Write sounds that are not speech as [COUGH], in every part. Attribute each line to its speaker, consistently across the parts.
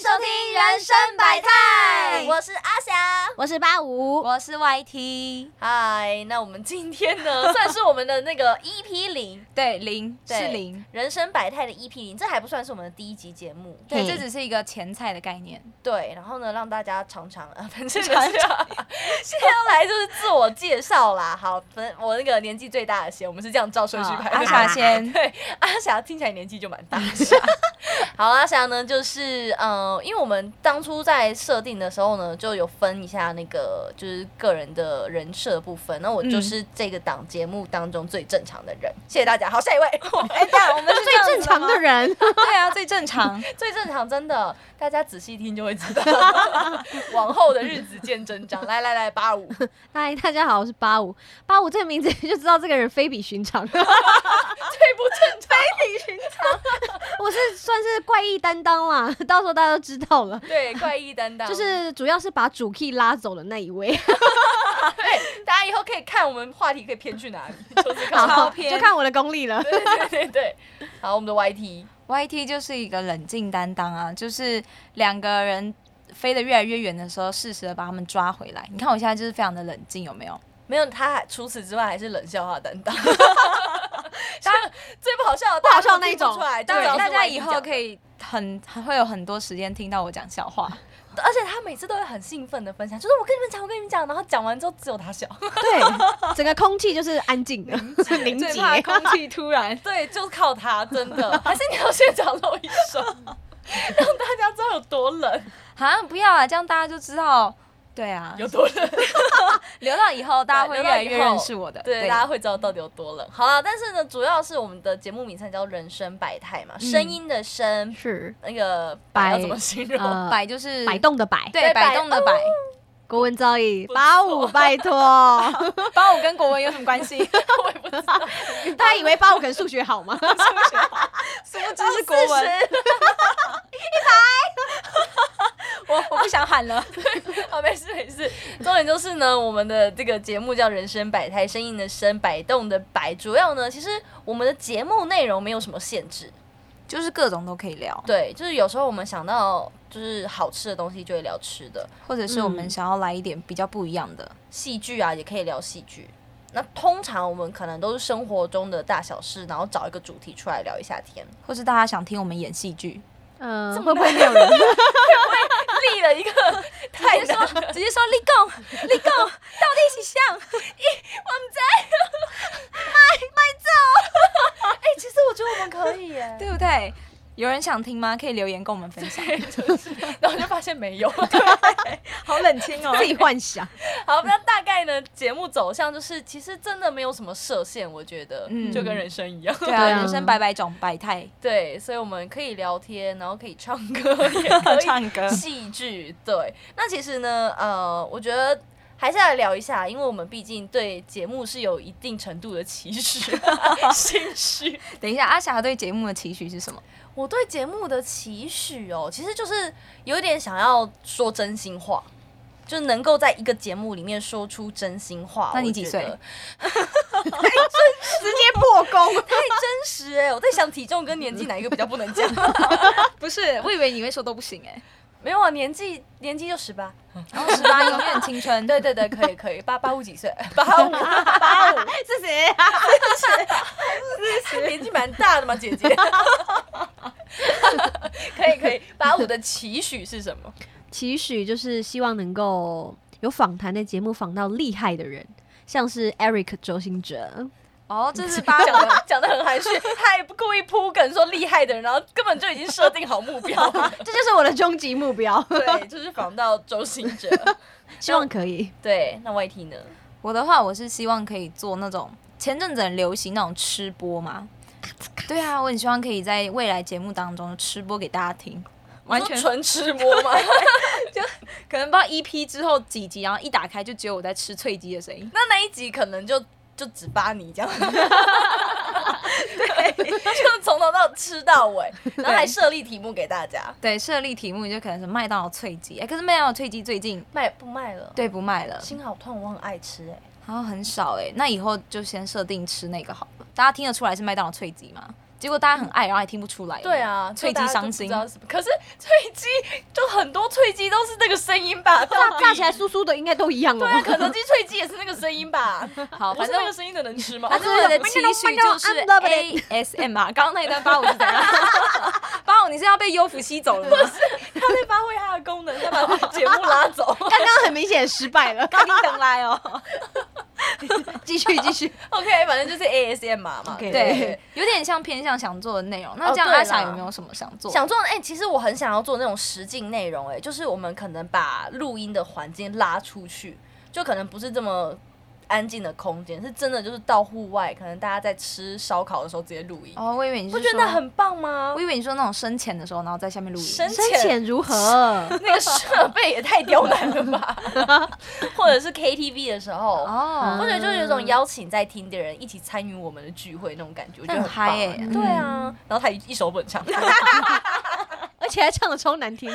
Speaker 1: 收听《人生百态》，
Speaker 2: 我是阿霞，
Speaker 1: 我是八五，
Speaker 2: 我是 YT。嗨，那我们今天呢， [LAUGHS] 算是我们的那个 EP 零，
Speaker 3: 对，零
Speaker 2: 对
Speaker 3: 是零，
Speaker 2: 人生百态的 EP 零，这还不算是我们的第一集节目。
Speaker 3: 对，
Speaker 1: 嘿
Speaker 3: 这只是一个前菜的概念。
Speaker 2: 对，然后呢，让大家尝 [LAUGHS] 尝，呃，反正就是现在要来就是自我介绍啦。好，反正我那个年纪最大的先，我们是这样照顺序
Speaker 3: 好
Speaker 2: 排的。
Speaker 3: 阿霞先，
Speaker 2: [LAUGHS] 对，阿霞听起来年纪就蛮大的。 [LAUGHS] 好，阿霞呢，就是呃，因为我们当初在设定的时候呢，就有分一下那个就是个人的人设部分。那我就
Speaker 3: 嗯
Speaker 2: 是这个档节目当中最正常的人，谢谢大家。好，下一位，
Speaker 3: 哎，对啊，我们是这样
Speaker 1: 最
Speaker 3: 子
Speaker 1: 正
Speaker 3: 的
Speaker 1: 常
Speaker 3: 吗
Speaker 1: 的，
Speaker 3: [LAUGHS]
Speaker 1: 人，
Speaker 3: 对啊，最正常。
Speaker 2: 最正常，真的，大家仔细听就会知道。 [LAUGHS] 往后的日子见真章。来来来，八五，
Speaker 1: [LAUGHS] 嗨，大家好，我是八五，八五这个名字就知道这个人非比寻
Speaker 3: [LAUGHS]
Speaker 1: 常，
Speaker 2: 最不正常。
Speaker 1: 我是算是怪异担当啦， [LAUGHS] 到时候大家都知道了，
Speaker 2: 对，怪异担当，
Speaker 1: 就是主要是把主 key 拉走的那一位，
Speaker 2: 对，大家以后可以看我们话题可以偏去哪里，就是看我们
Speaker 3: 好
Speaker 1: 就看我的功力了。
Speaker 2: 对对对对，好，我们的 YT，
Speaker 3: YT 就是一个冷静担当啊，就是两个人飞得越来越远的时候，适时的把他们抓回来。你看我现在就是非常的冷静，有没有？
Speaker 2: 没有他还除此之外还是冷笑话担 [LAUGHS] 当。当然最不好笑的，
Speaker 1: 不好笑那一种
Speaker 2: 大家都听不出来，
Speaker 3: 当然，大家以后
Speaker 2: 以，
Speaker 3: 可以很会有很多时间听到我讲笑话。
Speaker 2: 而且他每次都会很兴奋的分享，就是我跟你们讲，我跟你们讲，然后讲完之后只有他笑。
Speaker 1: 对，整个空气就是安静的， [LAUGHS] 凝
Speaker 3: 最
Speaker 1: 结。
Speaker 3: [LAUGHS] 怕空气突然
Speaker 2: [LAUGHS] 对，就是靠他，真的。 [LAUGHS] 还是你要现场露一 [LAUGHS] 手，让大家知道有多冷，
Speaker 3: 啊，不要啊，这样大家就知道。对啊，
Speaker 2: [LAUGHS] 有多冷。
Speaker 3: 留到以后，大家会
Speaker 2: 留
Speaker 3: 越
Speaker 2: 到
Speaker 3: 来
Speaker 2: 以
Speaker 3: 越
Speaker 2: 后
Speaker 3: 认识我的。
Speaker 2: [LAUGHS] 对，大家会知道到底有多冷。好了，但是呢，主要是我们的节目名称叫“人生百态”嘛，声音的声，
Speaker 1: [LAUGHS] 是
Speaker 2: 那个百要
Speaker 1: 百
Speaker 2: 怎么形容？
Speaker 1: 呃
Speaker 3: 摆就是
Speaker 1: 摆，动的摆，
Speaker 2: 对
Speaker 3: 对，
Speaker 2: 摆
Speaker 3: 摆动的 [LAUGHS] 摆。
Speaker 1: 国文造诣
Speaker 2: 不错
Speaker 1: 八五，拜托，
Speaker 3: 八五跟国文有什么 [LAUGHS] 关系？
Speaker 2: 我也不知道，
Speaker 1: 大家以为八五可能数学好吗？
Speaker 3: 殊不知是国文。我我不想喊了。
Speaker 2: [LAUGHS] 啊，没事没事。重点就是呢，我们的这个节目叫“人生百态”，声音的声，摆动的摆。主要呢，其实我们的节目内容没有什么限制，
Speaker 3: [LAUGHS] 就是各种都可以聊，
Speaker 2: 对，就是有时候我们想到就是好吃的东西，就会聊吃的；
Speaker 3: 或者是我们想要来一点比较不一样的。
Speaker 2: 戏剧啊，也可以聊戏剧。那通常我们可能都是生活中的大小事，然后找一个主题出来聊一下天。 [LAUGHS]
Speaker 3: 或是大家想听我们演戏剧，
Speaker 1: 嗯，
Speaker 2: 这么
Speaker 1: 会不会没有人？
Speaker 2: 立了一个太
Speaker 3: 直接
Speaker 2: 难
Speaker 3: 说直接说立功 [LAUGHS] 立功，到底是像
Speaker 2: 哎、 [LAUGHS] 其实我觉得我们可 [LAUGHS] 以耶
Speaker 3: 对不对？有人想听吗？可以留言跟我们分享。
Speaker 2: 然后就发现没有。
Speaker 3: [LAUGHS] 好冷清哦
Speaker 1: 自己幻想，
Speaker 2: 好，那大概呢，节目走向就是，其实真的没有什么设限，我觉得，
Speaker 3: 嗯
Speaker 2: 就跟人生一样。
Speaker 3: 对
Speaker 1: 对
Speaker 3: 啊，
Speaker 1: 啊
Speaker 3: 人生百百种百态，
Speaker 2: [LAUGHS] 对，所以我们可以聊天，然后可以唱歌，也可
Speaker 3: [LAUGHS]
Speaker 2: 以
Speaker 3: 唱歌
Speaker 2: 戏剧。对，那其实呢，呃，我觉得。还是来聊一下，因为我们毕竟对节目是有一定程度的期
Speaker 3: [LAUGHS]
Speaker 2: 许、心虚。
Speaker 3: 等一下，阿霞对节目的期许是什么？
Speaker 2: 我对节目的期许哦，其实就是有点想要说真心话，就能够在一个节目里面说出真心话。
Speaker 3: 那你
Speaker 2: 我
Speaker 3: 几
Speaker 2: 觉
Speaker 3: 岁
Speaker 2: 得
Speaker 1: 直接破功。
Speaker 2: 太真实哎、我在想体重跟年纪哪一个比较不能讲？
Speaker 3: [LAUGHS] 不是，我以为你会说都不行哎、
Speaker 2: [LAUGHS] 没有啊，年纪年纪就十八。
Speaker 3: 然哦后十八永远青 [LAUGHS] 春，
Speaker 2: 对对对，可以可以，八八五几 [LAUGHS] 岁？八五
Speaker 1: [LAUGHS]
Speaker 2: 八五，
Speaker 1: 是谁啊？
Speaker 2: 年纪蛮大的嘛，姐姐。 [LAUGHS] 可以可以，八五的期许是什么？
Speaker 1: 期许就是希望能够有访谈的节目访到厉害的人，像是 Eric 周兴哲，
Speaker 3: 哦，这是八五
Speaker 2: [LAUGHS]
Speaker 3: [LAUGHS]
Speaker 2: 讲 [LAUGHS] 的讲的很含蓄，他还不故意铺梗说厉害的人，然后根本就已经设定好目标了。
Speaker 1: 这就是我的终极目标，
Speaker 2: [LAUGHS] 对，就是仿到周星哲。
Speaker 1: [LAUGHS] 希望可以。
Speaker 2: [LAUGHS] 对，那 YT 呢？
Speaker 3: 我的话，我是希望可以做那种前阵子很流行那种吃播嘛。对啊，我很希望可以在未来节目当中吃播给大家听，完全
Speaker 2: 说纯吃播吗？
Speaker 3: 可能不知道 EP 之后几集，然后一打开就只有我在吃脆鸡的声音。
Speaker 2: 那那一集可能就就只扒你 [LAUGHS] 这样，对，就从头到吃到尾，然后还设立题目给大家，
Speaker 3: 对，设立题目就可能是麦当劳脆鸡，哎、可是麦当劳脆鸡最近
Speaker 2: 卖不卖了？，
Speaker 3: 对不卖了，
Speaker 2: 心好痛，我很爱吃哎、
Speaker 3: 然后很少哎、那以后就先设定吃那个好了。大家听得出来是麦当劳脆鸡吗？结果大家很爱，然后还听不出来。
Speaker 2: 对啊，
Speaker 3: 脆
Speaker 2: 就
Speaker 3: 鸡
Speaker 2: 大家就
Speaker 3: 伤心
Speaker 2: 不知道是什么可是脆鸡就脆鸡都是那个声音 [LAUGHS] 吧？
Speaker 1: 炸
Speaker 2: 到底
Speaker 1: 炸起来酥酥的，应该都一样哦
Speaker 2: 对。啊，肯德基脆鸡也是那个声音 [LAUGHS] 吧？
Speaker 3: 好，
Speaker 2: 不
Speaker 3: 反
Speaker 2: 是那个
Speaker 3: 正
Speaker 2: 声音的能吃吗？
Speaker 3: 反正我的期许就是
Speaker 1: I love it
Speaker 3: ASM 啊。刚刚那一段八五是怎样？八五你是要被优芙吸走了
Speaker 2: [LAUGHS]
Speaker 3: 吗？
Speaker 2: 他在发挥他的功能，他把节目拉走。
Speaker 1: 刚刚很明显失败了，
Speaker 3: 刚等来哦，
Speaker 1: [LAUGHS] 继续继 [LAUGHS] 续。
Speaker 2: [LAUGHS] OK，反正就是 ASM 嘛嘛。
Speaker 1: OK
Speaker 3: 对，有点像偏向想做的内容。那
Speaker 2: 哦
Speaker 3: 这样
Speaker 2: 对
Speaker 3: 阿霞
Speaker 2: 啦
Speaker 3: 有没有什么想做？
Speaker 2: 想做哎、其实我很想要做那种实境内容、哎，就是我们可能把录音的环境拉出去，就可能不是这么安静的空间，是真的就是到户外，可能大家在吃烧烤的时候直接录音，
Speaker 3: 哦，我以为你是
Speaker 2: 不觉
Speaker 3: 说
Speaker 2: 得，很棒吗
Speaker 3: 我？以为你说那种深潜的时候，然后在下面录影。
Speaker 2: 深
Speaker 1: 深浅如 [LAUGHS] 何？
Speaker 2: 那个设备也太刁难了吧？
Speaker 3: [LAUGHS]
Speaker 2: 或者是 KTV 的时候，
Speaker 3: 哦
Speaker 2: 或，者就是有种邀请在听的人一起参与我们的聚会那种感觉，我觉得
Speaker 3: 那很嗨欸
Speaker 2: 棒
Speaker 3: 耶
Speaker 2: 哎对
Speaker 1: 嗯
Speaker 2: 啊，然后他一一首
Speaker 3: [LAUGHS]
Speaker 2: 本唱
Speaker 1: 而且还唱的超难听。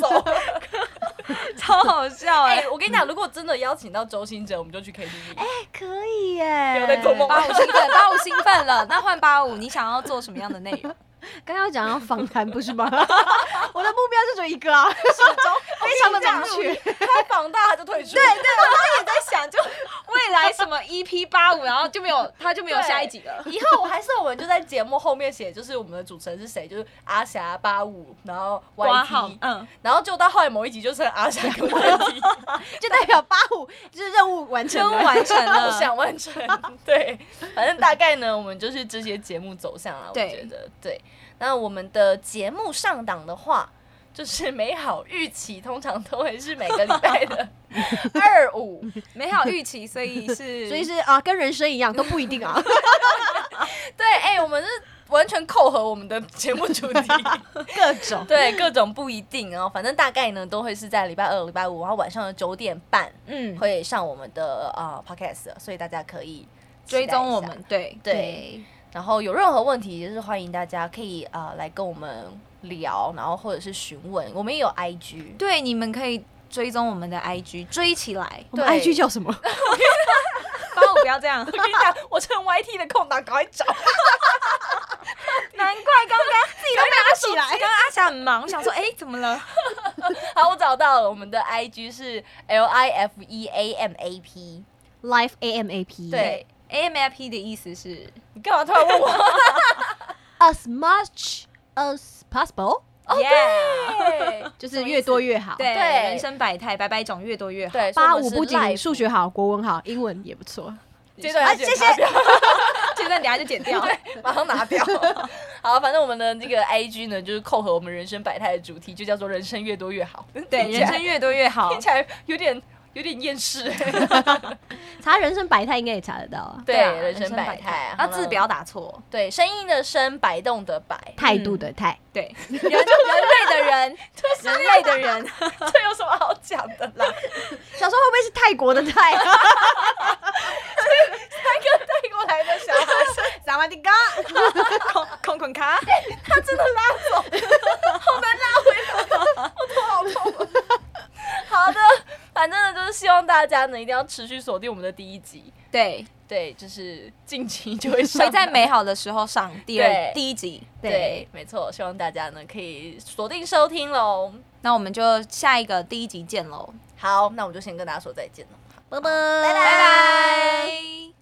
Speaker 2: 走。
Speaker 3: 超好笑
Speaker 2: 哎、！我跟你讲，如果真的邀请到周星哲，我们就去 KTV。
Speaker 1: 可以耶
Speaker 2: 有在做梦
Speaker 3: 八五兴奋，八五兴奋了。那换八五，你想要做什么样的内容？
Speaker 1: 刚刚讲要访谈不是吗？ [LAUGHS] 我的目标就只有一个啊， [LAUGHS] 非常的明确。
Speaker 2: 他绑大他就退出。对对，
Speaker 3: 也在想，
Speaker 2: [LAUGHS]
Speaker 3: 就 [LAUGHS] 未来什么 EP 八五，然后就没有，他就没有下一集了。
Speaker 2: 以后我还是我们就在节目后面写，就是我们的主持人是谁，就是阿霞八五，然后
Speaker 3: 挂号
Speaker 2: YT，，
Speaker 3: 嗯，
Speaker 2: 然后就到后来某一集就剩阿霞 [LAUGHS] 跟 YT，
Speaker 1: 就代表八五就是任务完成
Speaker 3: 任务
Speaker 1: 了。
Speaker 3: 完成
Speaker 2: 我
Speaker 3: 了。
Speaker 2: 想完成。对，反正大概呢，我们就是这些节目走向啊，我
Speaker 3: 对
Speaker 2: 觉得对。那我们的节目上档的话。就是美好预期，通常都会是每个礼拜 [LAUGHS] 的二五，
Speaker 3: 美好预期， [LAUGHS] 所以是，
Speaker 1: 所以是啊，跟人生一样都不一定啊。
Speaker 2: 对，哎、我们是完全扣合我们的节目主 [LAUGHS] 题，
Speaker 1: [LAUGHS] 各种。
Speaker 2: 对，各种不一定哦，反正大概呢都会是在礼拜二、礼拜五，然后晚上的九点半
Speaker 3: 嗯，
Speaker 2: 会上我们的啊、呃 podcast，所以大家可以期待
Speaker 3: 追
Speaker 2: 一下
Speaker 3: 踪我。们，对，
Speaker 2: 对，，然后有任何问题，就是欢迎大家可以啊、呃来跟我们聊，然后或者是询问，我们也有 IG，
Speaker 3: 对，你们可以追踪我们的 IG，追起来。
Speaker 1: 我们
Speaker 2: 对
Speaker 1: IG 叫什么？
Speaker 3: 八五不要这样，
Speaker 2: [LAUGHS] 我跟你讲，我趁 YT 的空档赶快
Speaker 3: [LAUGHS]
Speaker 2: 找，
Speaker 3: 难怪刚刚自己都被
Speaker 1: 起来
Speaker 3: 刚刚阿霞很忙，想说哎、怎么 [LAUGHS] 了？
Speaker 2: 好，我找到了，我们的 IG 是 L I F E A M A P，
Speaker 1: Life AMAP，
Speaker 2: 对
Speaker 3: ，AMIP 的意思是
Speaker 2: 你干嘛突然问我？
Speaker 1: ，as much as possible，
Speaker 3: ，Yeah，
Speaker 2: 对
Speaker 1: 就是越多越好。
Speaker 3: 哦对，
Speaker 2: 对
Speaker 3: 人生百态，百百种，越多越好。
Speaker 2: 对，
Speaker 1: 八
Speaker 2: 所以我
Speaker 1: 五
Speaker 2: 们是
Speaker 1: 不仅
Speaker 2: live
Speaker 1: 数学好，国文好，英文也不错。
Speaker 2: 这段要剪
Speaker 1: 啊谢谢
Speaker 2: 卡掉
Speaker 3: 这段等下就剪掉。
Speaker 2: 马上拿掉。好，反正我们的这个 IG 呢，就是扣合我们人生百态的主题，就叫做“人生越多越好”
Speaker 3: [LAUGHS]
Speaker 2: 听起
Speaker 3: [LAUGHS]
Speaker 2: 来。
Speaker 3: 对，人生越多越好
Speaker 2: 听。起来有点有点厌世。
Speaker 1: 查人生百态应该也查得到啊，
Speaker 2: 对，
Speaker 3: 啊
Speaker 2: 人生百态
Speaker 3: 态。，
Speaker 2: 好
Speaker 3: 啊，
Speaker 2: 了
Speaker 3: 字不要打错。
Speaker 2: 对声音的声，摆动的摆， [LAUGHS]
Speaker 1: 态
Speaker 2: 嗯
Speaker 1: 度的态。
Speaker 3: [LAUGHS] 对，人人类的人，
Speaker 2: [LAUGHS]
Speaker 3: 人类的人，
Speaker 2: 这有什么好讲的啦？
Speaker 1: 小时候会不会是泰国的泰啊？
Speaker 2: 三个带过来的小孩，
Speaker 1: 萨瓦迪卡，
Speaker 3: [LAUGHS] 空空空卡，
Speaker 2: 好的，反正呢，就是希望大家呢一定要持续锁定我们的第一集。
Speaker 3: 对，
Speaker 2: [LAUGHS] 对，就是近期就会上
Speaker 3: 会
Speaker 2: 来，
Speaker 3: 在美好的时候上第二
Speaker 2: 对
Speaker 3: 第一集。
Speaker 2: 对，没错，希望大家呢可以锁定收听喽。
Speaker 3: 那我们就下一个第一集见喽，
Speaker 2: 好，那我就先跟大家说再见了。
Speaker 1: 拜拜，拜
Speaker 3: 拜。拜。